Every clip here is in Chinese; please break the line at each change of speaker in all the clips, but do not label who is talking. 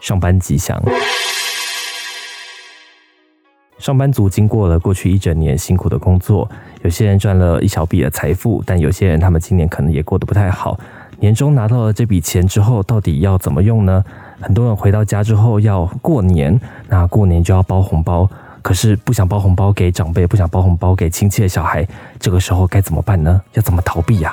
上班吉祥。上班族经过了过去一整年辛苦的工作，有些人赚了一小笔的财富，但有些人他们今年可能也过得不太好。年终拿到了这笔钱之后，到底要怎么用呢？很多人回到家之后要过年，那过年就要包红包，可是不想包红包给长辈，不想包红包给亲戚的小孩，这个时候该怎么办呢？要怎么逃避呀、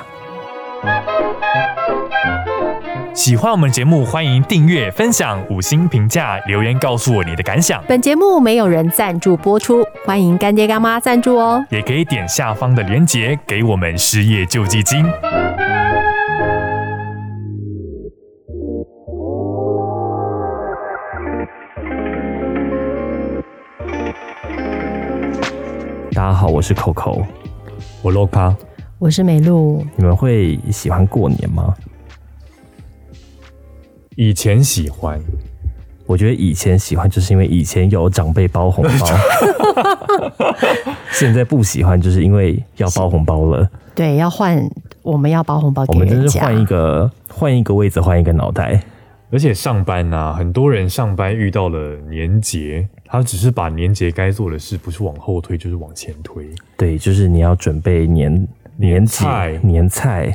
喜欢我们节目，欢迎订阅、分享、五星评价、留言告诉我你的感想，
本节目没有人赞助播出，欢迎干爹干妈赞助哦。
也可以点下方的链接给我们失业救济金。
大家好，我是 Coco。
我 l o k a
我是美露，
你们会喜欢过年吗？
以前喜欢，
我觉得以前喜欢，就是因为以前有长辈包红包， 现在不喜欢，就是因为要包红包了。
对，要换，我们要包红包
我
给
们真
人
是
家。
换一个换一个位置，换一个脑袋。
而且上班呐、很多人上班遇到了年节，他只是把年节该做的事，不是往后推，就是往前推。
对，就是你要准备年年节
菜
年菜，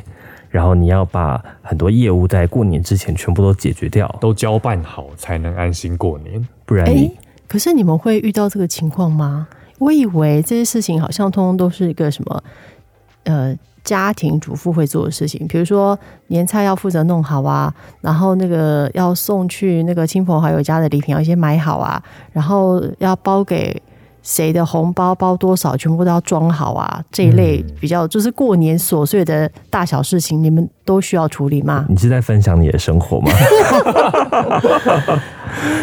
然后你要把很多业务在过年之前全部都解决掉，
都交办好才能安心过年。
不然
哎、
你
可是你们会遇到这个情况吗？我以为这些事情好像通通都是一个什么，呃，家庭主妇会做的事情，比如说年菜要负责弄好啊，然后那个要送去那个亲朋好友家的礼品要先买好啊，然后要包给谁的红包，包多少，全部都要装好啊，这一类
嗯
比较就是过年琐碎的大小事情，你们都需要处理吗？
你是在分享你的生活吗？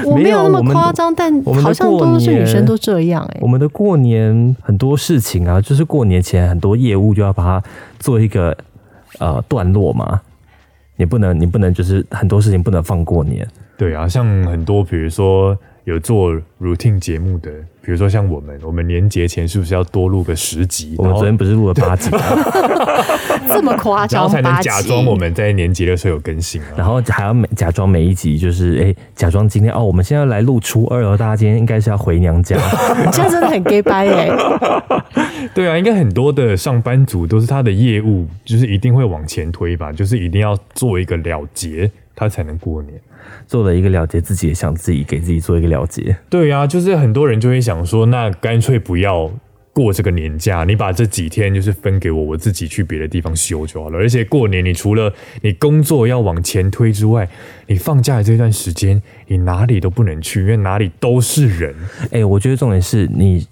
我没有那
我们
么夸张，但
我们的
好像
过
都是
年
女生都这样哎、
我们的过年很多事情啊，就是过年前很多业务就要把它做一个呃段落嘛。你不能，你不能，就是很多事情不能放过年。
对啊，像很多比如说有做 routine 节目的，比如说像我们，我们年节前是不是要多录个十集？
我们
然后
昨天不是录了八集，
这么夸
然
张，
后才能
八
假
集
装我们在年节的时候有更新啊。
然后还要每假装每一集就是哎、假装今天哦，我们现在来录初二哦，大家今天应该是要回娘家。
你现在真的很 gay 掰哎、
对啊，应该很多的上班族都是他的业务，就是一定会往前推吧，就是一定要做一个了结，他才能过年。
做了一个了结自己，也想自己给自己做一个了结。
对啊，就是很多人就会想说，那干脆不要过这个年假，你把这几天就是分给我，我自己去别的地方休就好了。而且过年，你除了你工作要往前推之外，你放假的这段时间，你哪里都不能去，因为哪里都是人。
哎、我觉得重点是你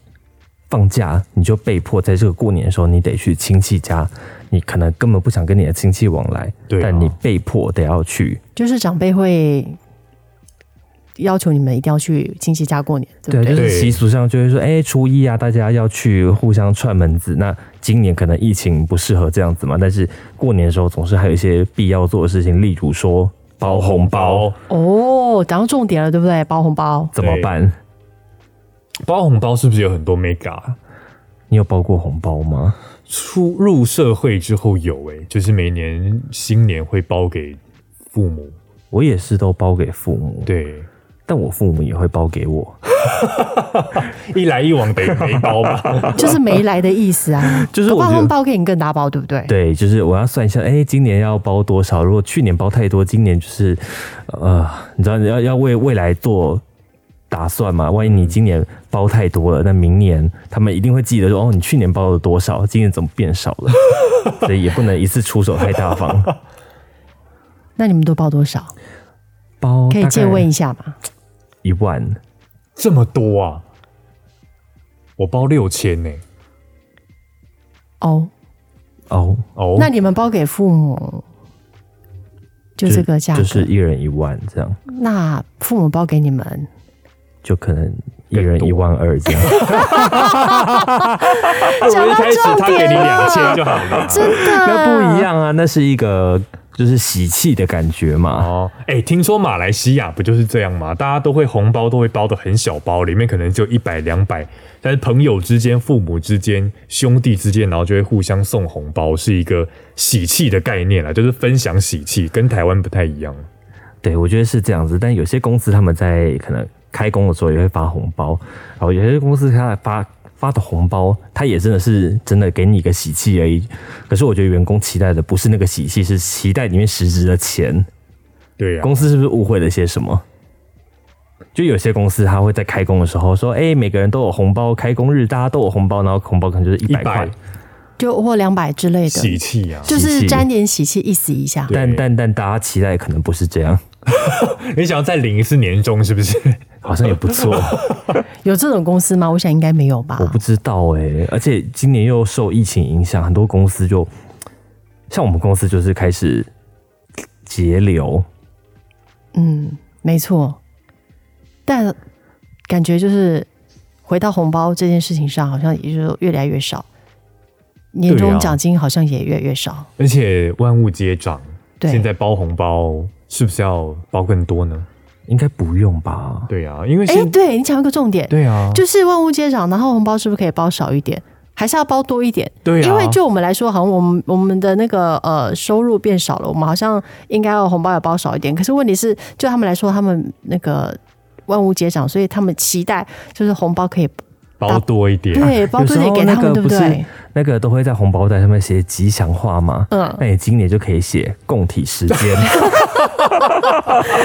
放假，你就被迫在这个过年的时候，你得去亲戚家，你可能根本不想跟你的亲戚往来，
对啊
但你被迫得要去。
就是长辈会要求你们一定要去亲戚家过年，对
对，
不对？
就是习俗上就会说，哎、初一啊，大家要去互相串门子。那今年可能疫情不适合这样子嘛，但是过年的时候总是还有一些必要做的事情，例如说包红包
哦，讲到重点了，对不对？包红 包，
怎么办？
包红包是不是有很多 mega？
你有包过红包吗？
出入社会之后有诶、就是每年新年会包给父母，
我也是都包给父母，
对，
但我父母也会包给我。
一来一往得没包吧。
就是没来的意思啊。
就是我
包
觉得
红包给你更大包，对不对？
对，就是我要算一下，哎、今年要包多少？如果去年包太多，今年就是，呃，你知道你要要为未来做打算嘛？万一
嗯
你今年包太多了，那明年他们一定会记得说，哦，你去年包了多少，今年怎么变少了？ 所以也不能一次出手太大 方，
那你们都包多少？
包
可以
哦大概
借问一下吗？
一万，
这么多啊！我包六千呢、
哦，
哦，
哦，
那你们包给父母就这个价格，
就是一人一万这样，
那父母包给你们，
就可能一人一万二 这样。啊
我
讲
一
到
开始他给你
重点啊
两
了
千就好了。
真的
那不一。样啊，那是一个就是喜气的感觉 嘛。
哦，哎、听说马来西亚不就是这样吗？大家都会红包都会包的很小包，里面可能就一百两百，但是朋友之间、父母之间、兄弟之间，然后就会互相送啊红包，是一个喜气的概念啦，就是分享喜气，跟台湾不太一样。
对，我觉得是这样子。但有些公司他们在可能开工的时候也会发红包，然后有些公司他发发的红包，他也真的是真的给你一个喜气而已。可是我觉得员工期待的不是那个喜气，是期待里面实质的钱。
对啊呀、
公司是不是误会了些什么？就有些公司他会在开工的时候说：“哎、每个人都有红包，开工日大家都有红包，然后红包可能就是一百
100
块。”
就或两百之类
喜
的，
气啊呀、
就
喜
是
气
沾点喜气意思一下。
但
对
但但大家期待可能不是这样，
你想要再领一次年终是不是？
好像也不错。
有这种公司吗？我想应该没有吧
我。不知道哎、而且今年又受疫情影响，很多公司就像我们公司就是开始节流，
嗯，没错。但感觉就是回到红包这件事情上，好像也就是越来越少，年
对啊
终奖金好像也越来越少。
而且万物皆涨，
对
现在包红包是不是要包更多呢？
应该不用吧？
对啊，因为
哎、
现、
对你讲一个重点，
对啊，
就是万物皆涨，然后红包是不是可以包少一点？还是要包多一点？
对啊
因为就我们来说，好像我们我们的那个呃收入变少了，我们好像应该要红包要包少一点。可是问题是，就他们来说，他们那个万物皆涨，所以他们期待就是红包可以
包多一点。
对包多一点给他们，对
不
对
是？那个都会在红包袋上面写吉祥话嘛？
嗯
那你今年就可以写共体时间，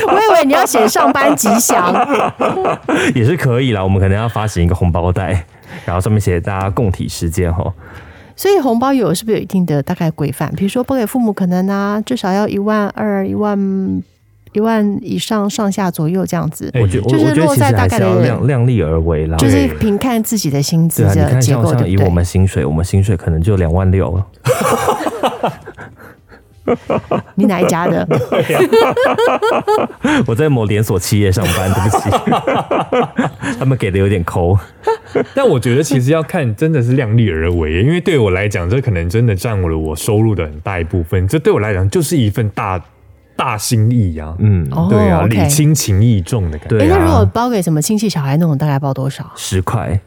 我以为你要写上班吉祥，
也是可以啦。我们可能要发行一个红包袋，然后上面写大家共体时间哈。
所以红包有是不是有一定的大概规范？比如说包给父母，可能啊至少要一万二、一万一万以上上下左右这样子。
哎
我觉得
就
我
是
我觉得
落
其实
在大
还
概
是要
的
量量力而为啦。
就是凭看自己的薪资
对啊，你
的
看
结
像
构，
像
对
以
不
我
对？
们薪水，我们薪水可能就两万六了。
你哪一家 的？哎
我在某连锁企业上班，对不起， 他们给的有点抠。
但我觉得其实要看，真的是量力而为，因为对我来讲，这可能真的占我了我收入的很大一部分。这对我来讲就是一份大大心意啊，
嗯，
哦
对啊，
，OK
礼轻情意重的感觉。
对
哎，那如果
啊，
包给什么亲戚小孩那种，大概包多少？
十块，
哎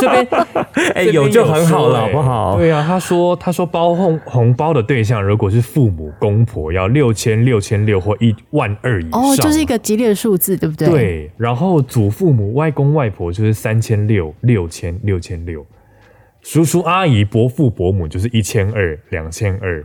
这边
哎、
这边
有就很
说
好了，
哎
好不好？
对啊，他说他说包红红包的对象如果是父母公婆，要六千六千六或一万二以上，
哦，就是一个吉利的数字，对不对？，
对，然后祖父母、外公外婆就是三千六、六千、六千六，叔叔阿姨、伯父伯母就是一千二、两千二。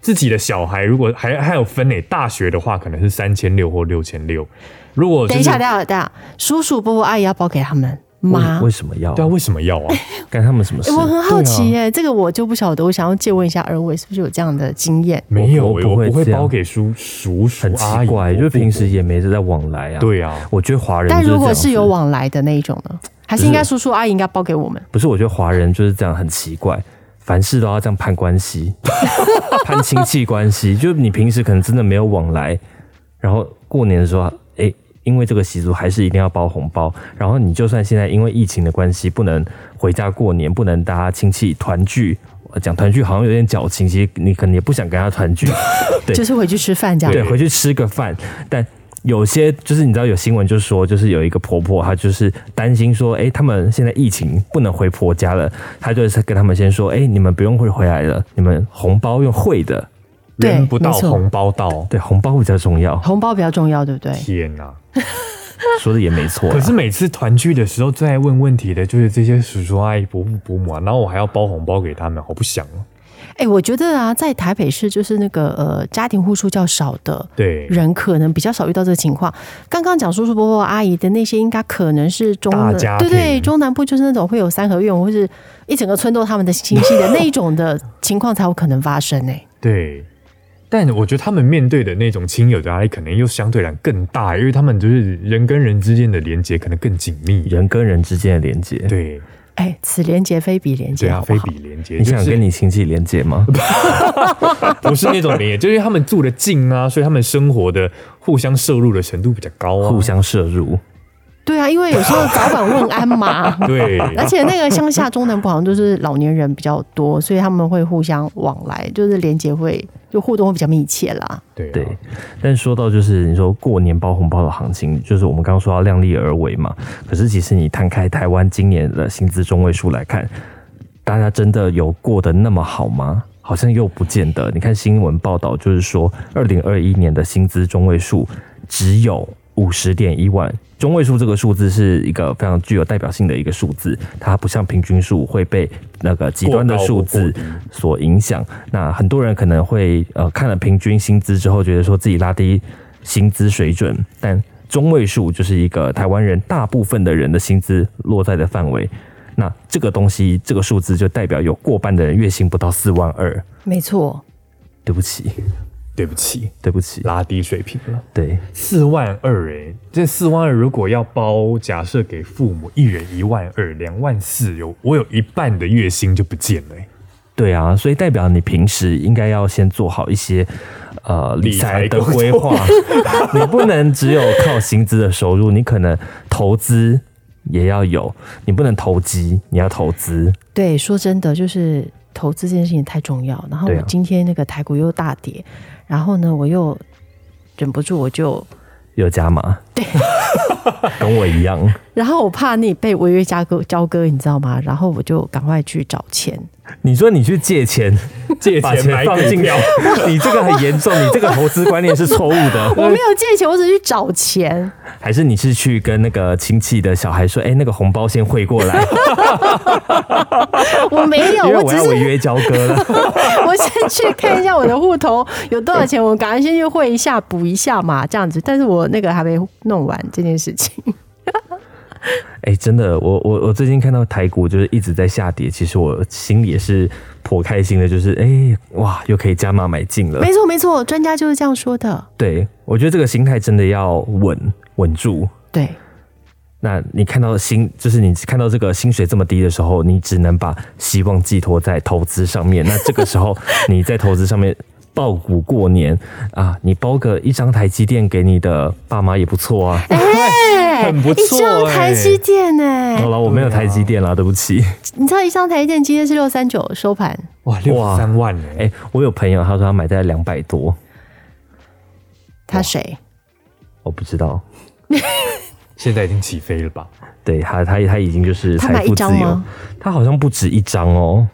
自己的小孩如果还还有分类，大学的话可能是三千六或六千六。如果、就是、
等一下，等一下，等一下，叔叔、伯伯、阿姨要包给他们
为
吗？
为什么要
对啊，为什么要 啊？
干他们什么事
哎？我很好奇
对
耶、这个我就不晓得，我想要借问一下二位，是不是有这样的经验？
没有
我
欸，
不
我
会
不会
这样
包给叔叔叔
很
阿姨
奇怪，
伯
就
父
平时
伯母
也没这在往来啊。，
对啊，
我觉得华人
但
就是
如果
这样子
是有，往来的那一种呢？还是应该叔叔阿姨应该包给我们？
不是我觉得华人就是这样很奇怪，凡事都要这样攀关系， 攀亲戚关系。就你平时可能真的没有往来，然后过年的时候，哎、因为这个习俗还是一定要包红包。然后你就算现在因为疫情的关系不能回家过年，不能大家亲戚团聚，呃讲团聚好像有点矫情，其实你可能也不想跟他团聚，对
就是回去吃饭这样。
对，回去吃个饭。但有些就是你知道有新闻就说，就是有一个婆婆，她就是担心说，哎、他们现在疫情不能回婆家了，她就是跟他们先说，哎、你们不用会回来了，你们红包用汇的，
对
人不到
没错
红包到，
对，红包比较重 要，
红包比较重要，对不对？
天哪、啊！
说的也没错啦。
可是每次团聚的时候，最爱问问题的就是这些叔叔阿姨、伯父伯母啊，然后我还要包红包给他们，好不想哦、
哎、我觉得啊，在台北市就是那个呃家庭户数较少的
对，
人，可能比较少遇到这个情况。刚刚讲叔叔伯伯阿姨的那些，应该可能是中
大
南
家
对对
庭
中南部就是那种会有三合院，或是一整个村都他们的亲戚的那一种的情况才有可能发生哎、
对，但我觉得他们面对的那种亲友的压力，可能又相对来讲更大，因为他们就是人跟人之间的连接可能更紧密。
人跟人之间的连接，
对，
哎、此连结非彼连
对
结，
啊，
好不
非
好？
比连接，
你想
就是
跟你亲戚连接吗？
不是那种连接，就是因为他们住的近啊，所以他们生活的互相摄入的程度比较高啊。。
互相摄入，
对啊，因为有时候早晚问 安嘛
啊
对，啊
而且那个乡下中南部好像都是老年人比较多，所以他们会互相往来，就是连结会就互动会比较密切啦。
对啊
对，但说到就是你说过年包红包的行情，就是我们刚刚说要量力而为嘛。可是其实你摊开台湾今年的薪资中位数来看，大家真的有过得那么好吗？好像又不见得。你看新闻报道，就是说二零二一年的薪资中位数只有五十点一万，中位数这个数字是一个非常具有代表性的一个数字，它不像平均数会被那个极端的数字
过高或过低
所影响。那很多人可能会呃看了平均薪资之后，觉得说自己拉低薪资水准，但中位数就是一个台湾人大部分的人的薪资落在的范围。那这个东西，这个数字就代表有过半的人月薪不到四万二。
没错，
对不起，
对不起，
对不起，
拉低水平了。
对，
四万二哎，这四万二如果要包，假设给父母一人一万二，两万四，有我有一半的月薪就不见了、欸。
对啊，所以代表你平时应该要先做好一些呃
理
理财
财
的
工作
规划，你不能只有靠薪资的收入，你可能投资也要有，你不能投机，你要投资，
对，说真的，就是投资这件事情太重要。然后
对啊
我今天那个台股又大跌，然后呢，我又忍不住我就，
有加码，对，跟我一样，
然后我怕你被违约交割交割，你知道吗？然后我就赶快去找钱。
你说你去 借钱，
借
把
钱买
钱放
股
进
票
去， 你这个很严重，你这个投资观念是错误
我
的，
没有借钱，我只是去 找钱。
还是你是去跟那个亲戚的小孩说，哎、那个红包先汇过 来，
我没有，
因为
我
我
只
要
是
违约交割了。
我先去看一下我的户头有多少钱，我赶快先去汇一下补一下嘛，这样子。但是我那个还没弄完这件事情。
哎、真的，我我我最近看到台股就是一直在下跌，其实我心里也是颇开心的，就是哎、哇，又可以加码买进了。
没错，没错，专家就是这样说的。
对，我觉得这个心态真的要稳稳住。
对，
那你看到薪，就是你看到这个薪水这么低的时候，你只能把希望寄托在投资上面。那这个时候你在投资上面爆股过年啊，你包个一张台积电给你的爸妈也不错啊。
哎
很不错哦
一张
哎
台积电哎、
好了，我没有台积电啦，对不起。
你知道一张台积电今天是六三九收盘，
哇，六十三万哎、
哎、我有朋友他说他买在两百多，
他 谁？
我不知道。
现在已经起飞了吧？
对他，他他已经就是
他
财
买
富
一
自
张
由
吗。
他好像不止一张哦，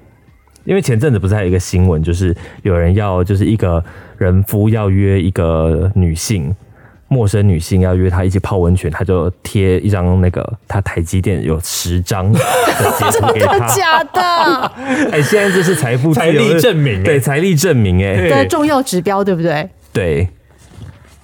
因为前阵子不是还有一个新闻，就是有人要就是一个人夫要约一个女性，陌生女性要约他一起泡温泉，他就贴一张那个他台积电有十张的截 图给他。
假的，
哎、现在这是财富自
财
由
力证明、欸，
对财力证明哎、
对
的重要指标对不对？
对。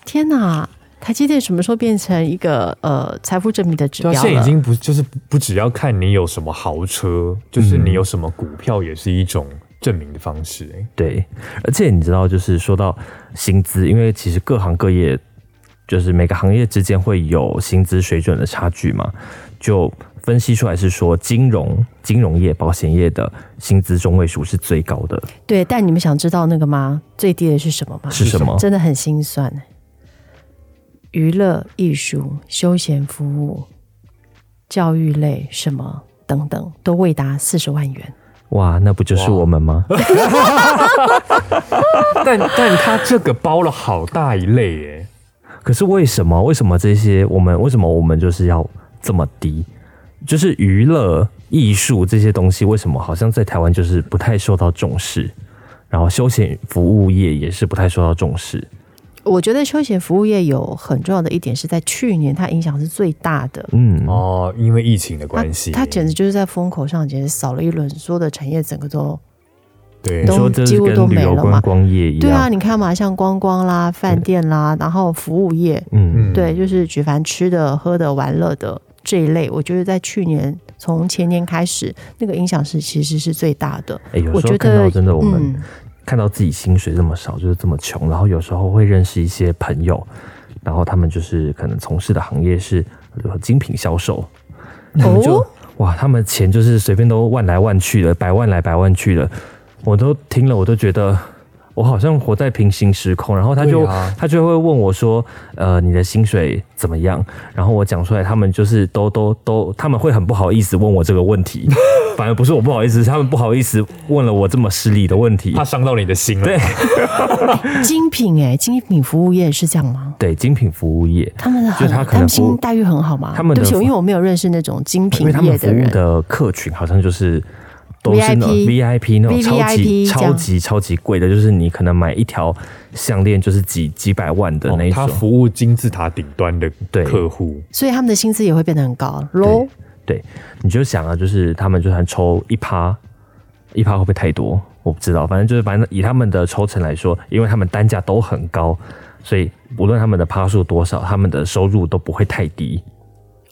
天哪！台积电什么时候变成一个呃财富证明的指
对
标
啊，
了？
现在已经不就是不不只要看你有什么豪车，就是你有什么股票也是一种证明的方式、欸。
对，而且你知道，就是说到薪资，因为其实各行各业，就是每个行业之间会有薪资水准的差距嘛，就分析出来是说，金融、金融业、保险业的薪资中位数是最高的，
对，但你们想知道那个吗？最低的是什么吗？
是什么？
真的很心酸。娱乐、艺术、休闲服务、教育类什么等等，都未达四十万元。
哇，那不就是我们吗？
但但它这个包了好大一类哎、
可是为什么？为什么这些我们为什么我们就是要这么低？就是娱乐、艺术这些东西，为什么好像在台湾就是不太受到重视？然后休闲服务业也是不太受到重视。
我觉得休闲服务业有很重要的一点是在去年，它影响是最大的。
嗯，
哦，因为疫情的
它
关系，
它简直就是在风口上，简直扫了一轮，所有的产业整个都
对
你
都
说这
几
是
乎
跟
都
旅
没
游
了
观
嘛
光业一样，
对啊！你看嘛，像观光啦、饭店啦，然后服务业，
嗯，
嗯
对，就是举凡吃的、喝的、玩乐的这一类，我觉得在去年从前年开始，那个影响是其实是最大的。
哎、有
我
时候
觉
看
得
到真的我们
嗯，
看到自己薪水这么少，就是这么穷，然后有时候会认识一些朋友，然后他们就是可能从事的行业是呃精品销售， 我们就、
哦，
哇，他们钱就是随便都万来万去的，百万来百万去的，我都听了我都觉得。我好像活在平行时空，然后他就、
对啊
他就会问我说：“呃，你的薪水怎么样？”然后我讲出来，他们就是都都都，他们会很不好意思问我这个问 题，反而不是我不好意思，是他们不好意思问了我这么失礼的问题
怕。伤到你的心了。
对
精品哎、精品服务业是这样吗？
对，精品服务业，
他们的
就是
很，
他可能
们
服务
薪待遇很好吗？
他们的
对不起，
服
因为我没有认识那种精
因
品
为他们
业
服务
人。
的客群好像就是都是那种
VIP
VIP 那种超级
VVIP 这
超
样
级超级贵的，就是你可能买一条项链就是几几百万的那一种。
哦他服务金字塔顶端的
对
客户，
所以他们的薪资也会变得很高哦喽。
对，你就想啊，就是他们就算抽一趴，一趴会不会太多？我不知道，反正就是反正以他们的抽成来说，因为他们单价都很高，所以无论他们的趴数多少，他们的收入都不会太低。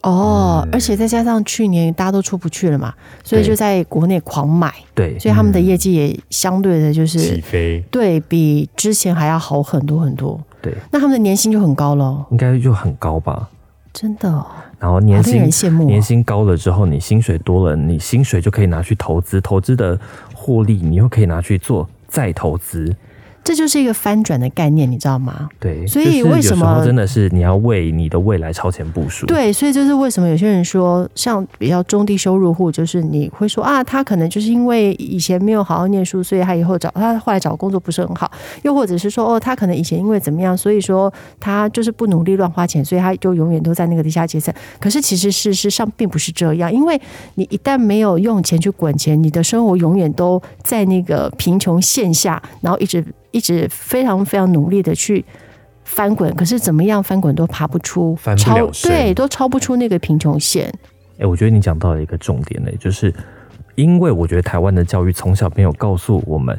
哦，而且再加上去年大家都出不去了嘛，所以
嗯对
就在国内狂买，
对，嗯
所以他们的业绩也相对的就是
起飞。
对比之前还要好很多很多。
对，
那他们的年薪就很高喽，
应该就很高吧。
真的、哦，
然后
好
年
令
薪
人羡慕、
年
哦。
薪高了之后，你薪水多了，你薪水就可以拿去投资，投资的获利你又可以拿去做再投资。
这就是一个翻转的概念，你知道吗？
对，
所
就
以
是
为
有
什
时
么
候真的是你要为你的未来超前部署？
对，所以就是为什么有些人说，像比较中低收入户，就是你会说啊，他可能就是因为以前没有好好念书，所以他以后找他后来找工作不是很好，又或者是说哦，他可能以前因为怎么样，所以说他就是不努力乱花钱，所以他就永远都在那个地下阶层。可是其实事实上并不是这样，因为你一旦没有用钱去滚钱，你的生活永远都在那个贫穷线下，然后一直一直非常非常努力的去。翻滚，可是怎么样翻滚都爬不出，
翻不
超
了身
对，都超不出那个贫穷线。
哎、我觉得你讲到了一个重点嘞、就是因为我觉得台湾的教育从小没有告诉我们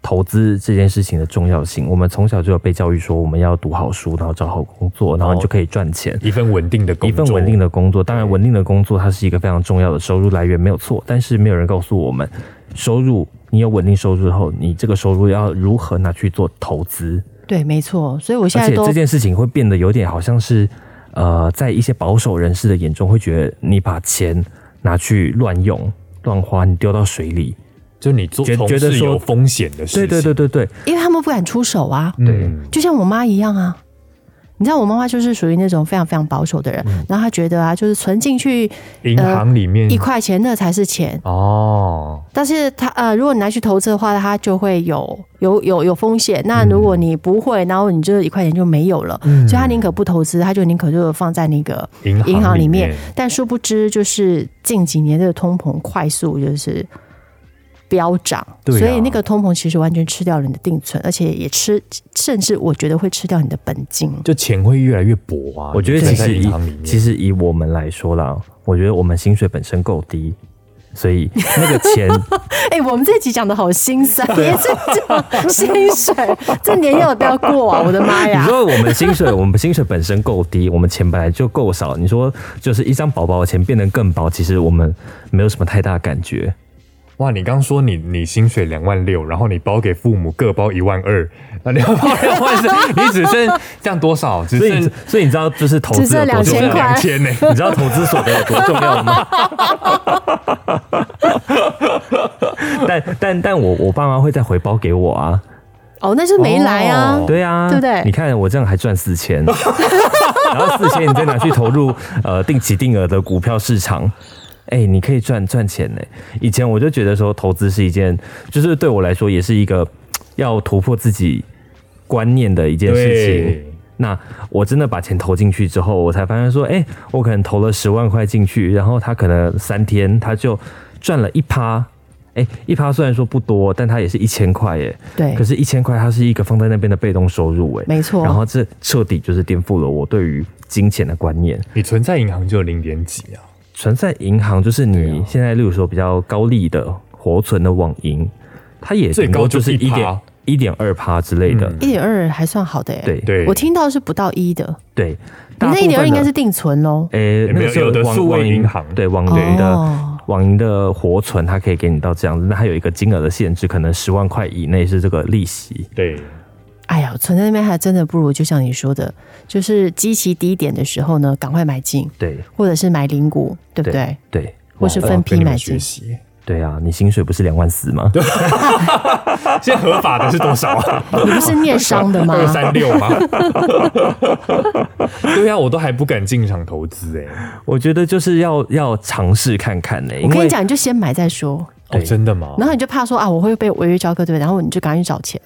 投资这件事情的重要性，我们从小就有被教育说我们要读好书，然后找好工作，然后
哦
你就可以赚钱。
一份稳定的工
一
作，
份稳定的工作，当然稳定的工作它是一个非常重要的收入来源，没有错。但是没有人告诉我们，收入你有稳定收入之后，你这个收入要如何拿去做投资，
对，没错。所以我现
而
在
且
都
这件事情会变得有点好像是，呃，在一些保守人士的眼中会觉得你把钱拿去乱用、乱花，你丢到水里。
就你做
觉
从
觉得
事
说
有风险的事情，
对对对对对，
因为他们不敢出手啊，
嗯，
就像我妈一样啊。你知道我妈妈就是属于那种非常非常保守的人，
嗯
然后她觉得啊，就是存进去
银行里面
呃
一块钱那才是钱，
哦，
但是她呃，如果你拿去投资的话，它就会有有有有风险。那如果你不会，然后你这一块钱就没有了，所以她宁可不投资，她就宁可就放在那个
嗯银
银行
里
里面，但殊不知，就是近几年的通膨快速就是飙涨，
对啊
所以那个通膨其实完全吃掉了你的定存，而且也吃，甚至我觉得会吃掉你的本金。
就钱会越来越薄啊。
我觉得其
你在
实
银
以
行里面，
其实以我们来说啦，我觉得我们薪水本身够低，所以那个钱
哎、我们这集讲的好心酸，也是讲薪水，这年要不要过啊？我的妈
你
呀！
说我们薪水，我们薪水本身够低，我们钱本来就够少。你说就是一张薄薄的钱变得更薄，其实我们没有什么太大感觉。
哇，你刚说你你薪水两万六，然后你包给父母各包一万二，那你要包两万四，你只剩这样多少？只
所以你
剩，
所以你知道就是投
只
资有
剩
多重
2000
要？
块
两千呢。
你知道投资所得有多重要吗？但但 但我我爸妈会再回包给我啊，
哦，那是没来啊。
哦
对啊，
对不对
你看我这样还赚四千， 然后四千你再拿去投入呃定期定额的股票市场。哎、你可以赚赚钱呢、以前我就觉得说，投资是一件，就是对我来说也是一个要突破自己观念的一件事情
对。
那我真的把钱投进去之后，我才发现说，哎、我可能投了十万块进去，然后他可能三天他就赚了一趴，哎、一趴虽然说不多，但它也是一千块耶。
对
可是，一千块它是一个放在那边的被动收入哎，
没错
然后这彻底就是颠覆了我对于金钱的观念。
你存在银行就有零点几啊？
存在银行就是
对
你
啊
现在，例如说比较高利的活存的网银，它也
最
顶多
高
就
就是是
一点
1%
一点二趴之类的。
嗯
一点二还算好的耶、
对
对，
我听到是不到一的，
对，
你
大部
那
分
一点二应该
的
是定存喽。
诶、
有
那个时候
有的
网
数位
网
银行
对网银的、
哦
网银的活存，它可以给你到这样子，那它有一个金额的限制，可能十万块以内是这个利息。
对，
哎呀，存在那边还真的不如就像你说的，就是基期低点的时候呢，赶快买进，
对
或者是买零股，对不对？
对
或是
我
分
要哦跟
批
你
买
们
进
学。习。
对啊，你薪水不是两万四吗？
现在合法的是多少啊？
你不是念商的吗？
二三六 吗？对啊，我都还不敢进场投资哎、
我觉得就是要要尝试看看呢、因
我跟
为
你讲，你就先买再说，
哦，真的吗？
然后你就怕说啊，我会被违约交割，对不对？然后你就赶紧去找钱。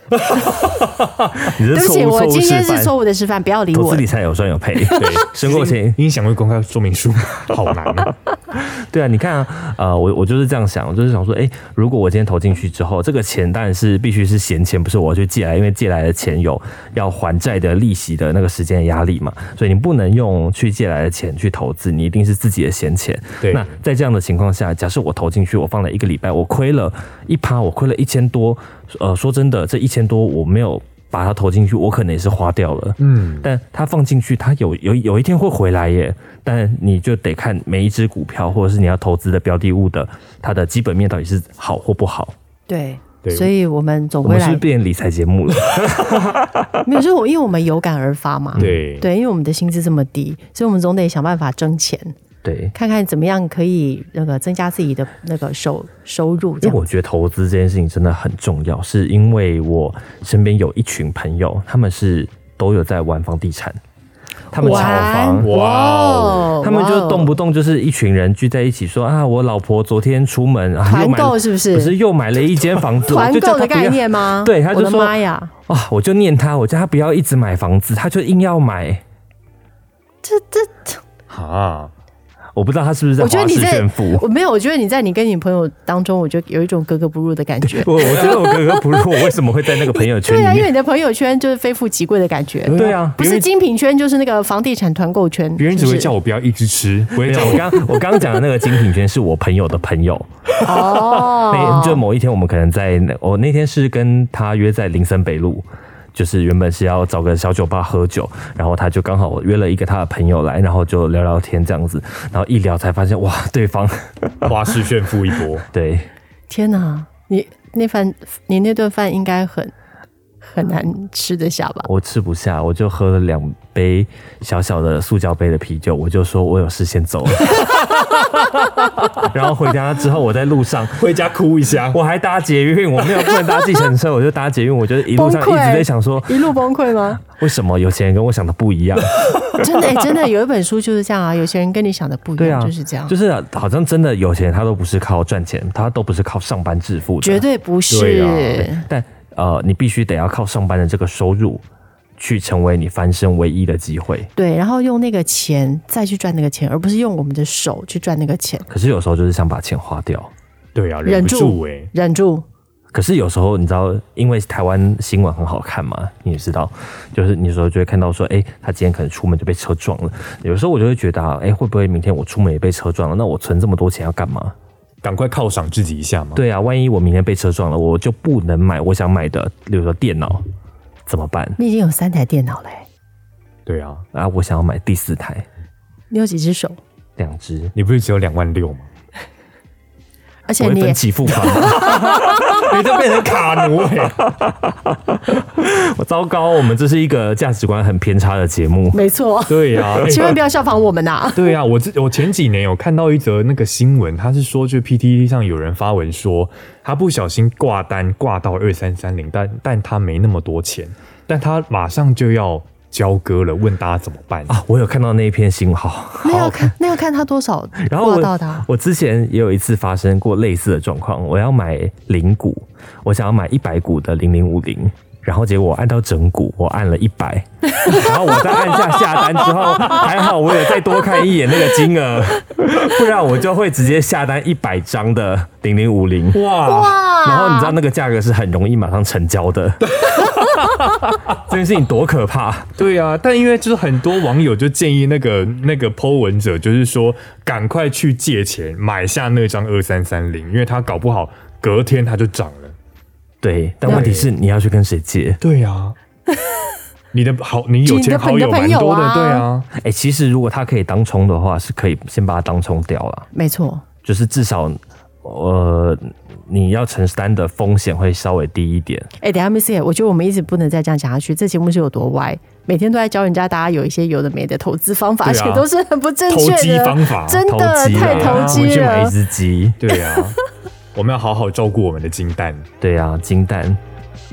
你
对
是
不
错
起，
误
我
错误
今天
示
是
范，
错误的示范，不要理
投
我
资。理财有赚有赔，对，申
过
过钱
音响会公开说明书，好难啊！
对啊，你看啊，呃，我我就是这样想，我就是想说，诶，如果我今天投进去之后，这个钱当然是必须是闲钱，不是我要去借来，因为借来的钱有要还债的利息的那个时间的压力嘛，所以你不能用去借来的钱去投资，你一定是自己的闲钱。
对
那在这样的情况下，假设我投进去，我放了一个礼拜，我亏了一趴，我亏了一千多，呃，说真的，这一千多我没有把它投进去，我可能也是花掉了。
嗯，
但它放进去，它有有有一天会回来耶。但你就得看每一只股票，或者是你要投资的标的物的它的基本面到底是好或不好。
对。
对
所以我们总
我
归
们是不
来
是变理财节目 了？
没有，就是我因为我们有感而发嘛。
对
对，因为我们的薪资这么低，所以我们总得想办法挣钱，
对，
看看怎么样可以那个增加自己的那个收收入这
因为
样
我。觉得投资这件事情真的很重要，是因为我身边有一群朋友，他们是都有在玩房地产，他们炒房。
哇
哦
他们就动
哇哦
不动就是一群人聚在一起说啊，我老婆昨天出门啊，又
团
买
购是不是
不是又买了一间房子，
团
我就叫
购
她
的
不要
概念吗？
对他就
我的
说
妈呀，
啊，我就念他，我叫他不要一直买房子，他就硬要买。
这这，
啊，
我不知道他是不是在
我觉得
花
你
式
在
炫富。
我没有，我觉得你在你跟你朋友当中，我觉得有一种格格不入的感 觉。
我我觉得我格格不入，我为什么会在那个朋友圈
对啊，
里
因为
面？
你的朋友圈就是非富即贵的感觉，
对啊
不
别
是
人
精品圈就是那个房地产团购圈，
别人只
是
会
不是
叫我不要一直吃，不会
没
叫
有，
我
我刚我刚刚讲的那个精品圈是我朋友的朋友， 那
哦，
哎就某一天我们可能在那我那天是跟他约在林森北路，就是原本是要找个小酒吧喝酒，然后他就刚好约了一个他的朋友来，然后就聊聊天这样子，然后一聊才发现哇，对方
花式炫富一波。
对
天哪，你那饭你那顿饭应该很很难吃得下吧？
我吃不下，我就喝了两杯小小的塑胶杯的啤酒，我就说我有事先走了。 然后回家之后，我在路上。
回家哭一下，
我还搭捷运，我没有不能搭计程车，我就搭捷运。我就一路上一
崩溃
直在想说，
一路崩溃吗？
为什么有钱人跟我想的不一样？
真的、欸真的有一本书就是这样啊，有些人跟你想的不一
对
样，
啊，
就是这样，
就是好像真的有钱人他都不是靠赚钱，他都不是靠上班致富的，
绝对不是。
对啊
但呃，你必须得要靠上班的这个收入，去成为你翻身唯一的机会。
对，然后用那个钱再去赚那个钱，而不是用我们的手去赚那个钱。
可是有时候就是想把钱花掉。
对啊，
忍
忍不
住
住哎、
欸
忍住，
可是有时候你知道，因为台湾新闻很好看嘛，你也知道，就是你有时候就会看到说，哎、他今天可能出门就被车撞了。有时候我就会觉得、啊，哎、会不会明天我出门也被车撞了？那我存这么多钱要干嘛？
赶快犒赏自己一下嘛。
对啊，万一我明天被车撞了，我就不能买我想买的，例如说电脑，怎么办？
你已经有三台电脑嘞、
对啊，
啊，我想要买第四台，
你有几只手？
两只，
你不是只有两万 六吗？
而且
我会
你
分
也
期付款 吗？
你就变成卡奴哎、
我糟糕，我们这是一个价值观很偏差的节目。
没错，
对呀、啊，
千万不要效仿我们呐、
对啊，我之我前几年有看到一则那个新闻，他是说，就 PTT 上有人发文说，他不小心挂单挂到二三三零，但但他没那么多钱，但他马上就要交割了，问大家怎么办？
啊，我有看到那一篇新闻，好好
那要
好
看那要看他多少
然后
挂到的
我
啊、
我之前也有一次发生过类似的状况，我要买零股，我想要买一百股的零零五零。然后结果我按到整股，我按了一百，然后我再按下下单之后，还好我有再多看一眼那个金额，不然我就会直接下单一百张的零零五零。
哇，
哇
然后你知道那个价格是很容易马上成交的，这件事情多可怕！
对啊，但因为就是很多网友就建议那个那个 Po 文者，就是说赶快去借钱买下那张二三三零，因为他搞不好隔天他就涨了。
对，但问题是你要去跟谁借？
对啊，你的好，你有
你的
钱好友
朋
蛮
友
多的，
啊
对啊。
哎、其实如果它可以当冲的话，是可以先把它当冲掉了。
没错，
就是至少呃，你要承担的风险会稍微低一点。
哎、等一下 Miss，Ye，我觉得我们一直不能再这样讲下去，这节目是有多歪，每天都在教人家大家有一些有的没的投资方法，而
对
且
啊
都是很不正
投
确
机
的，
方法，
真
投
的
机
太
啦
投
我
机
去买一
了。
只鸡，
对呀、我们要好好照顾我们的金蛋。
对啊，金蛋。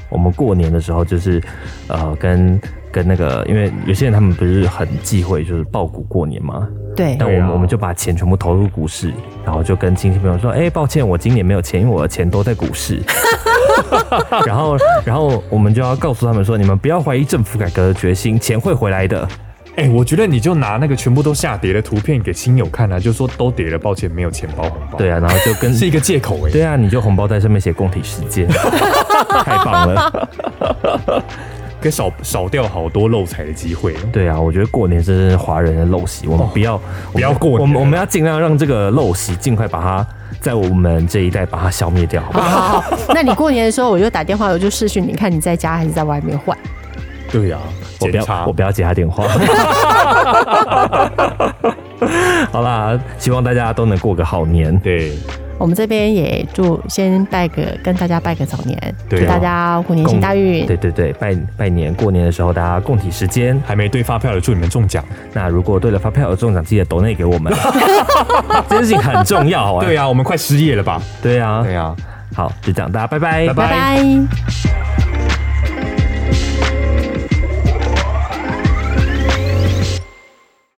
我们过年的时候就是，呃，跟跟那个，因为有些人他们不是很忌讳就是爆股过年嘛，
对
但我
对
们、
啊
我们就把钱全部投入股市，然后就跟亲戚朋友说，哎、抱歉，我今年没有钱，因为我的钱都在股 市。 然后然后我们就要告诉他们说，你们不要怀疑政府改革的决心，钱会回来的。
哎、我觉得你就拿那个全部都下跌的图片给亲友看啊，就说都跌了，抱歉没有钱包红包，
对，啊，然后就跟
是一个借口哎、
对啊，你就红包在上面写“共体时 间”，太棒了。
可以少少掉好多漏财的机会哦。
对啊，我觉得过年真是华人的陋习，我们不要、
不要过年
我们我们要尽量让这个陋习尽快把它在我们这一代把它消灭掉。好不好
好好好，那你过年的时候我就打电话，我就视讯，你看你在家还是在外面换？
对啊，
我不
检查
要，我不要接他电话。 好啦，希望大家都能过个好年。
对
我们这边也祝先拜个跟大家拜个早年，
对啊
祝大家虎年行大运。
对对对，拜拜年过年的时候，大家共体时间。
还没对发票的，祝你们中奖。
那如果对了发票有中奖，记得抖内给我们，这件事情很重要啊。
对啊，我们快失业了吧？
对啊，
对啊。
好，就这样，大家拜
拜拜
拜拜